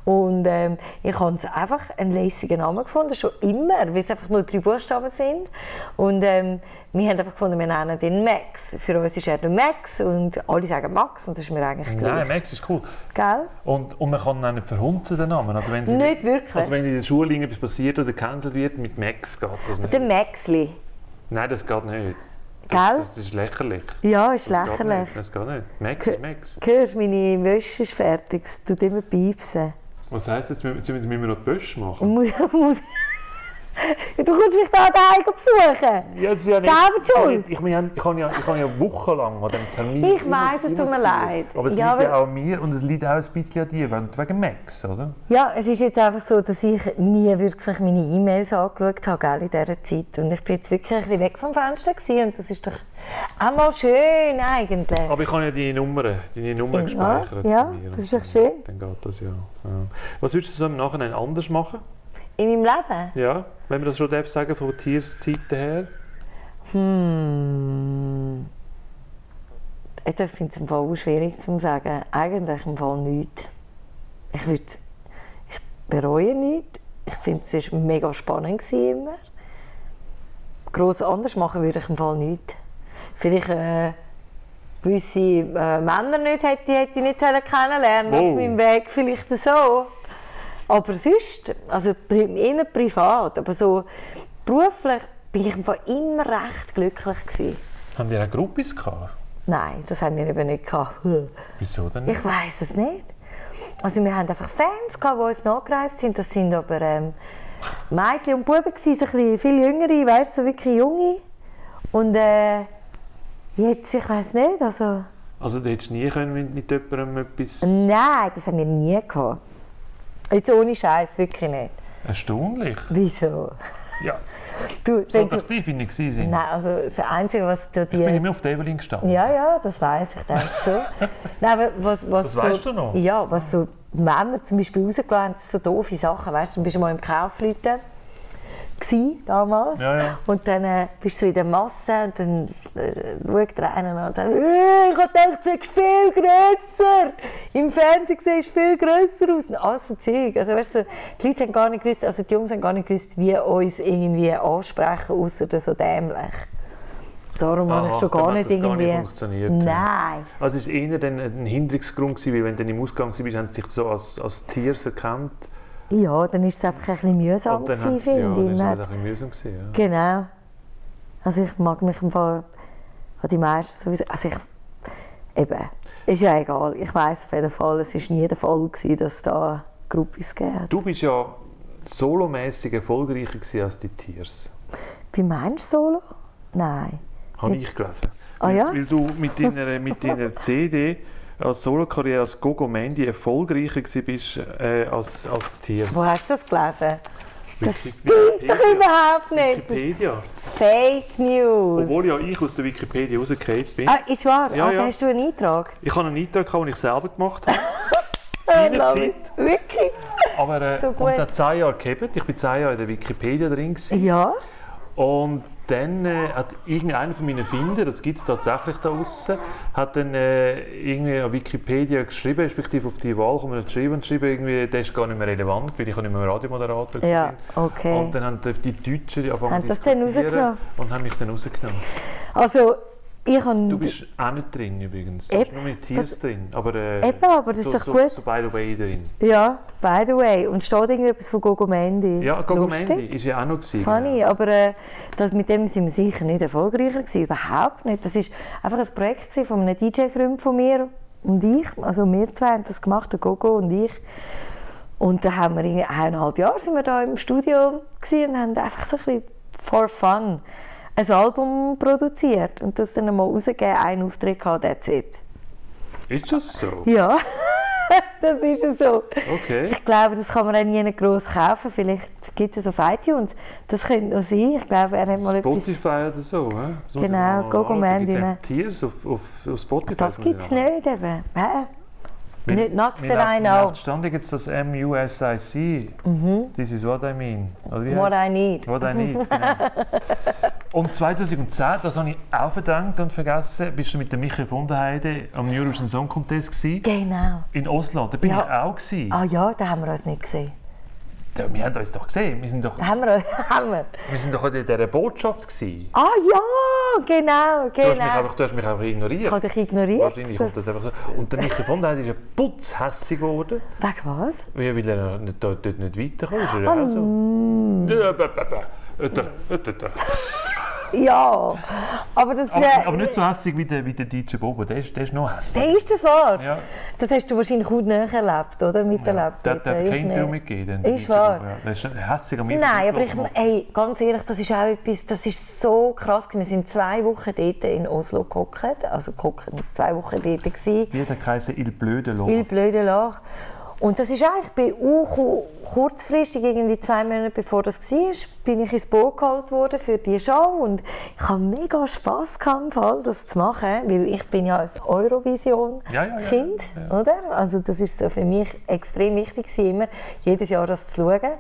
Und ähm, ich habe es einfach einen lässigen Namen gefunden, schon immer, weil es einfach nur drei Buchstaben sind. Und ähm, wir haben einfach gefunden, wir nennen den Max. Für uns ist er der Max und alle sagen Max und das ist mir eigentlich
Nein,
gleich.
Max ist cool.
Gell?
Und, und man kann ihn nicht verhunzen, den Namen. Also wenn sie,
Nicht wirklich.
Also wenn in der Schule irgendetwas passiert oder gecancelt wird, mit Max geht das nicht.
Der Maxli.
Nein, das geht nicht. Das,
Gell?
das ist lächerlich.
Ja, ist
Das geht
lächerlich.
nicht. Das geht nicht. Max
K-
ist Max.
Hörst, meine Wäsche ist fertig, es tut immer piepsen.
Was heisst jetzt, müssen müssen wir noch die Bösch machen?
Muss, muss. Ja, Du kommst mich da daheim besuchen.
Ja, das ist ja
Selber die Schuld.
Ich, meine, ich, habe ja, ich habe ja wochenlang an diesem Termin.
Ich
immer-
weiss, es
immer
tut mir
gefühlt.
leid.
Aber es
Ja,
liegt ja
aber-
auch an mir und es liegt auch ein bisschen an dir, wenn- wegen Max, oder?
Ja, es ist jetzt einfach so, dass ich nie wirklich meine E-Mails angeschaut habe gell, in dieser Zeit. Und ich bin jetzt wirklich ein bisschen weg vom Fenster gewesen. und das ist doch auch mal schön eigentlich.
Aber ich habe ja deine Nummer, deine Nummer
Ja,
gespeichert.
ja,
bei mir.
das
Und
ist doch
dann-
schön.
Dann geht das ja. ja. Was würdest du so im Nachhinein anders machen?
In meinem Leben.
Ja, wenn man das schon darf sagen, von Tierszeiten her.
Hm. Ich finde es im Fall auch schwierig zu sagen. Eigentlich im Fall nichts. Ich, würde, ich bereue nichts. Ich finde, es war mega spannend. gewesen Immer. gross anders machen würde ich im Fall nicht. Vielleicht äh, gewisse äh, Männer nicht, hätte, hätte ich nicht sollen kennenlernen
Wow.
auf meinem Weg, vielleicht so. Aber sonst, also pri- eher privat, aber so beruflich bin ich im Fall immer recht glücklich gewesen.
Haben die auch Gruppis gehabt?
Nein, das haben wir eben nicht gehabt.
Wieso denn nicht?
Ich weiß es nicht. Also wir haben einfach Fans gehabt, die uns nachgereist sind. Das sind aber ähm, Mädchen und Buben gewesen, so ein bisschen viel jüngere, weißt du, so wirklich junge. Und äh, jetzt, ich weiß nicht, also
Also du hättest nie können mit, mit jemandem etwas...
nein, das haben wir nie gehabt. Jetzt ohne Scheiß wirklich nicht.
Erstaunlich.
Wieso?
Ja,
Du,
so
wenn du,
aktiv bin ich gewesen.
nein, also das Einzige, was du
Ich bin
dir
immer auf der Evelyn gestanden.
Ja, ja, das weiß ich denke schon. Nein, aber was, was
Das
so,
weisst du noch?
Ja, was so Männer zum Beispiel rausgelassen haben, so doofe Sachen. Weißt du, dann bist du mal im Kaufleuten gsi damals
Ja, ja.
und dann äh, bist du so in der Masse und dann äh, schaut dir einer an und sagt, «Äh, ich habe gedacht, du siehst viel grösser. Im Fernsehen siehst du viel grösser aus. Und all so Zeug. Also, weißt du, so, die Leute haben gar nicht gewusst, also die Jungs haben gar nicht gewusst, wie uns irgendwie ansprechen, außer so dämlich. Darum habe ich
Aha,
schon
dann
gar
hat
nicht
das gar
irgendwie...
nicht funktioniert.
Nein.
Also es war eher dann ein Hinderungsgrund, gewesen, weil wenn du dann im Ausgang warst, haben sie dich so als, als Tier erkannt.
Ja, dann war es einfach ein bisschen
dann
mühsam, gewesen,
hat's- ja,
finde
dann
ich. ne?
ist es
Nein.
halt ein bisschen mühsam. Gewesen, ja.
Genau. Also ich mag mich im Fall an die meisten sowieso... Also ich... Eben. Ist ja egal. Ich weiss auf jeden Fall, es war nie der Fall, gewesen, dass da Gruppis gegeben hat.
Du bist ja solomäßig erfolgreicher gewesen als die Tiers.
Bei Mensch Solo? Nein.
Habe ich gelesen.
Ah,
weil,
ja?
weil du mit deiner, mit deiner CD als Solo-Karriere als Gogo Mandy erfolgreicher gewesen bist äh, als, als Tiers.
Wo hast du das gelesen? Das
Wiki-
stimmt doch
Wikipedia.
überhaupt nicht.
Wikipedia.
Fake News.
Obwohl ja ich aus der Wikipedia rausgefallen bin.
Ah, ist wahr?
Ja,
ah,
ja.
Hast du einen Eintrag?
Ich habe einen Eintrag, gehabt, den ich selber gemacht habe.
I love
Seinerzeit.
it. Wirklich?
Aber äh,
So
und
gut.
dann zehn Jahre gehabt. Ich war zehn Jahre in der Wikipedia drin. Gewesen.
Ja.
Und dann äh, hat irgendeiner von meinen Findern, das gibt es tatsächlich da außen, hat dann äh, irgendwie auf Wikipedia geschrieben, respektive auf die Wahl, kommen geschrieben und geschrieben, irgendwie, der ist gar nicht mehr relevant, weil ich auch nicht mehr Radiomoderator
Ja,
war.
okay.
Und dann haben die Deutschen die angefangen
Haben
zu
das dann
diskutieren
rausgenommen?
Und haben mich dann rausgenommen.
Also, ich habe...
Du bist auch nicht drin übrigens. Du bist
Eben,
nur mit Tiers drin. Aber, äh,
Eben, aber das
so,
ist doch
so,
gut.
So by the way drin.
Ja, by the way. Und steht irgendetwas von Gogo Mendy?
Ja, Gogo
Lustig.
Mandy ist ja auch noch gewesen.
Funny,
genau.
aber äh, das, mit dem sind wir sicher nicht erfolgreicher gewesen, überhaupt nicht. Das ist einfach ein Projekt gewesen von einem DJ-Freund von mir und ich, also wir zwei haben das gemacht, der Gogo und ich. Und dann haben wir in eineinhalb Jahren sind wir da im Studio gewesen und haben einfach so ein bisschen for fun ein Album produziert und das dann mal rausgegeben, einen Auftritt gehabt, that's it.
genau. Ist das so?
Ja, das ist es so.
Okay.
Ich glaube, das kann man auch nie gross kaufen. Vielleicht gibt es auf iTunes. Das könnte noch sein. Ich glaube, er hat mal etwas.
Spotify oder so, hä? Das muss ich
Genau,
mal
Gogo
anschauen. Da gibt's
Mandy,
ja
ne?
Tiers auf, auf, auf Spotify.
Das gibt es nicht eben. Hä?
Mit,
Nicht Not the I Know.
Verstanden gibt es das MUSIC. This is what I mean. Oder wie
Mhm. What
heisst-
I need.
What I need, genau. Und 2010, das habe ich auch verdrängt und vergessen, bist du mit dem Michael von der Heide am Eurovision Song Contest gewesen,
Genau.
in Oslo. Da bin
Ja.
ich auch gewesen.
Ah ja, da haben wir uns nicht gesehen.
Da, wir haben uns doch gesehen. Wir sind doch,
Da haben wir uns. Haben wir.
wir sind doch in dieser Botschaft gewesen.
Ah ja,
Du
genau,
hast, mich
genau.
einfach, du hast mich einfach
Ich
ignoriert.
habe dich ignoriert.
Wahrscheinlich kommt das einfach so. Und der Michael von der Heide ist ja putzhässig geworden,
Wegen was?
weil weil er nicht, dort, dort nicht weiterkommt. Ist er auch so.
Mm, Ähm.
Ja, bä, bä, bä. Äh, da, äh, da, da.
Ja. Aber das.
Aber,
äh,
aber nicht so hässig wie der, wie der DJ Bobo, der ist, der ist noch hässig.
Hey, ist das wahr?
Ja.
Das hast du wahrscheinlich gut näher erlebt, oder?
Der,
Miterlebt.
der hat
dort. Ich
kein
nicht.
Tür mitgegeben.
Ist wahr.
Der ist hässig am
Nein, aber ich, hey, ganz ehrlich, das ist auch etwas, das ist so krass. gewesen. Wir sind zwei Wochen dort in Oslo gehockt, also gehockt, zwei Wochen dort gewesen.
Jeder Kreise Il Blöde Loch.
Viel blöde Lach. Und das ist eigentlich, bei auch ku- kurzfristig, irgendwie zwei Monate bevor das war, bin ich ins Boot geholt worden für die Show und ich hatte mega Spass, gehabt, im Fall, das zu machen, weil ich bin ja als Eurovision-Kind,
Ja, ja, ja,
oder? Also das ist so für mich extrem wichtig gewesen, immer jedes Jahr das zu schauen.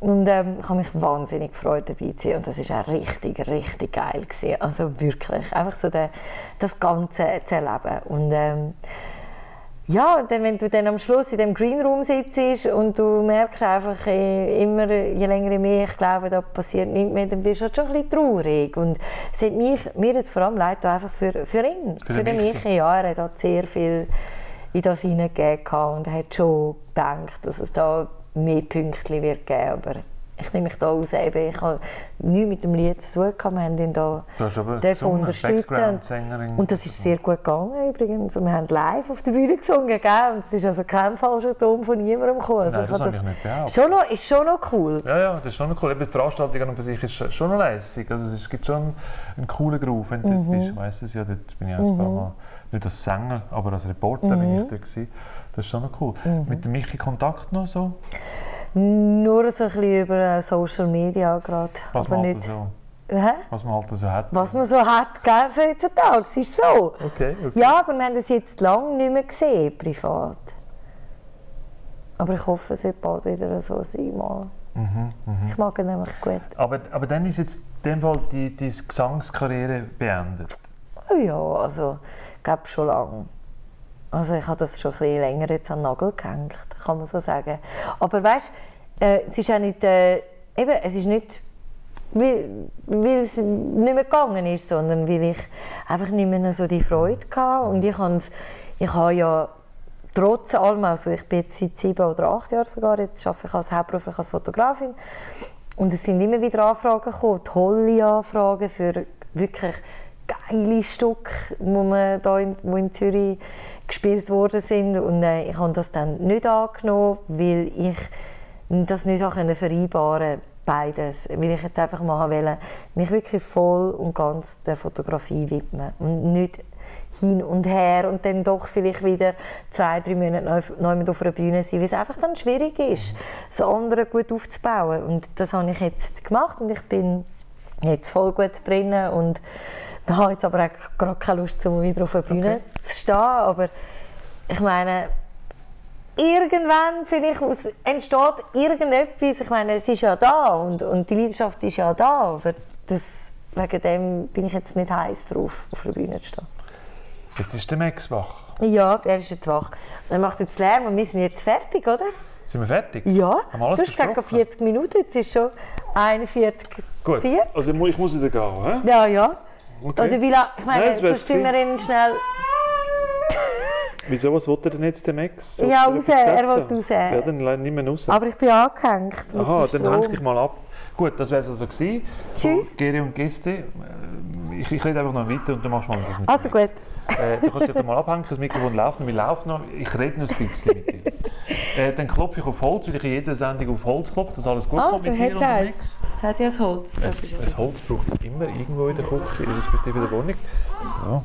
Und ähm, ich habe mich wahnsinnig gefreut, dabei zu sein. Und das war auch richtig, richtig geil. Gewesen. Also wirklich, einfach so der, das Ganze zu erleben. Und ähm, Ja, und dann, wenn du dann am Schluss in dem Green Room sitzt und du merkst einfach eh, immer, je länger je mehr, ich glaube, da passiert nichts mehr, dann bist du halt schon ein bisschen traurig. Und es hat mich, mir jetzt vor allem leid getan, einfach für, für ihn,
Für
für,
den
den
Michi.
Michi. Ja, er hat halt sehr viel in das hineingegeben gehabt und er hat schon gedacht, dass es da mehr Pünktchen wird geben. Aber ich nehme mich da aus, eben, ich habe nichts mit dem Lied zu tun, gehabt, wir haben ihn da
Du hast aber
dürfen
gesungen,
unterstützen.
Background-Sängerin.
Und das ist sehr gut gegangen übrigens. Und wir haben live auf der Bühne gesungen, gell? Und es ist also kein falscher Ton von niemandem gekommen. Also
Nein, das
habe
habe ich nicht behauptet.
schon noch, ist schon noch cool.
Ja, ja, das ist schon noch cool. Eben, Die Veranstaltung an und für sich ist sch- schon noch lässig. Also es ist- gibt schon einen coolen Groove, wenn du dort
Mhm.
bist. Ich weiss es ja, dort bin ich auch ein paar Mal, nicht als Sänger, aber als Reporter bin ich
Mhm.
dort gewesen. Das ist schon noch cool. Mit dem Michi Kontakt noch so?
Nur so ein bisschen über äh, Social Media gerade.
Was,
Aber
man
nicht.
Halt so,
Hä?
was man halt so hat.
Was man so hat, gell? So heutzutage. Es ist so.
Okay, okay.
Ja, aber wir haben das jetzt lange nicht mehr gesehen, privat. Aber ich hoffe, es wird bald wieder so sein. Mal.
Mhm,
Ich mag ihn nämlich gut.
Aber, aber dann ist jetzt in dem Fall die, die Gesangskarriere beendet.
Oh Ja, also ich glaube schon lange. Also ich habe das schon ein bisschen länger jetzt an den Nagel gehängt, kann man so sagen. Aber weißt, äh, es ist ja nicht, äh, eben, es ist nicht, weil, weil es nicht mehr gegangen ist, sondern weil ich einfach nicht mehr so die Freude hatte. Und ich habe ich habe ja trotz allem, also ich bin jetzt seit sieben oder acht Jahren sogar, jetzt arbeite ich als hauptberuflich als Fotografin und es sind immer wieder Anfragen gekommen, tolle Anfragen für wirklich geile Stücke, die man da in, wo in Zürich gespielt worden sind und äh, ich habe das dann nicht angenommen, weil ich das nicht auch können vereinbaren beides, weil ich jetzt einfach mal wollte, mich wirklich voll und ganz der Fotografie widmen und nicht hin und her und dann doch vielleicht wieder zwei, drei Monate neu- neu mit auf einer Bühne sein, weil es einfach dann schwierig ist, das andere gut aufzubauen. Und das habe ich jetzt gemacht und ich bin jetzt voll gut drinnen und habe jetzt aber auch gerade keine Lust, um wieder auf einer Bühne zu stehen, aber ich meine, irgendwann vielleicht aus, entsteht irgendetwas. Ich meine, es ist ja da und, und die Leidenschaft ist ja da, aber das, wegen dem bin ich jetzt nicht heiß drauf, auf der Bühne zu stehen.
Jetzt ist der Max wach.
Ja, er ist jetzt wach. Er macht jetzt Lärm und wir sind jetzt fertig, oder?
Sind wir fertig?
Ja.
Haben wir alles
du hast gesagt,
besprochen?
40 Minuten, jetzt ist schon 41.
Gut.
40?
Also ich mu- ich muss wieder gehen, hä?
Ja, ja.
Okay.
Oder wie lange? Ich meine,
Nein, es wär's
sonst tun wir ihn schnell.
Wieso, was will er denn jetzt, der Max?
Ja,
Will etwas
raus, er will
essen?
raus.
Ja, dann lass nicht mehr raus.
Aber ich bin angehängt. mit
Aha,
dem
dann häng
Strom.
dich mal ab. Gut, das wäre es also gewesen. So,
Tschüss.
Gere und Gäste. äh, Ich, ich rede einfach noch weiter und du machst mal etwas mit
Also
mir.
gut.
Äh, du kannst dich mal abhängen, das Mikrofon läuft noch, wir laufen noch. Ich rede noch ein bisschen mit dir. Äh, dann klopfe ich auf Holz, weil ich in jeder Sendung auf Holz klopfe, dass alles gut
Ah,
kommt
da
mit dir
hat es
unterwegs.
eins. Jetzt hat ja das Holz. Das ist-
Ein Holz braucht es immer irgendwo in der Küche, respektive der Wohnung. So.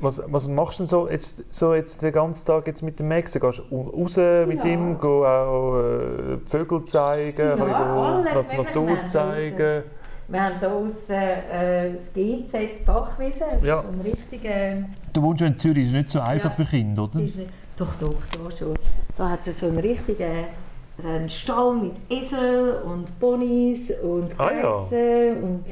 Was, was machst du denn so jetzt, so jetzt den ganzen Tag jetzt mit dem Max? Du Gehst u- raus mit ihm, go auch äh, Vögel zeigen, ein bisschen go
alles
Na- Natur
Mögliche.
zeigen.
Wir haben hier aussen äh, das GZ Bachwiese. Das
Ja.
ist so ein richtiger.
Du wohnst ja in Zürich, ist nicht so einfach
Ja.
für Kinder, oder?
Ist nicht, doch, doch, da schon. Da hat es so einen richtigen einen Stall mit Esel und Ponys und
Ah, ja.
Gäse und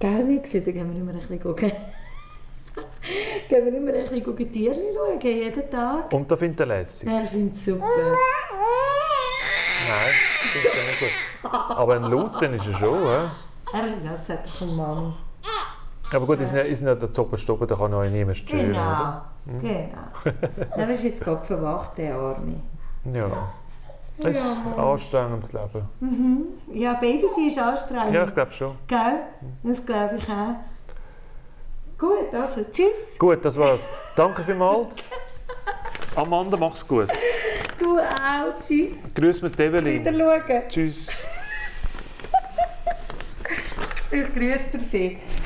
Gellwix. Da gehen wir immer ein bisschen gucken. gehen wir immer ein bisschen gucken, Tiere schauen, jeden Tag.
Und da findet er lässig.
Er findet es super.
Nein, das ist ja nicht gut. Aber ein Lauten ist er schon. He?
Er hat ja gesagt, von Mami.
Aber gut, ist nicht, ist nicht der Zopperstoppen, da kann auch niemand stören. oder? Mhm.
Genau, genau. Er ist jetzt gerade verwacht, der Arme.
Ja. Das ist ein anstrengendes Leben.
Ja, Baby ist anstrengend.
Ja, ich glaube schon.
Gell? Das glaube ich auch. Gut, also tschüss.
Gut, das war's. Danke vielmals. Amanda, mach's gut.
Du auch. Tschüss.
Grüß mit
Wieder
Evelyn.
schauen.
Tschüss.
Ich grüße dir.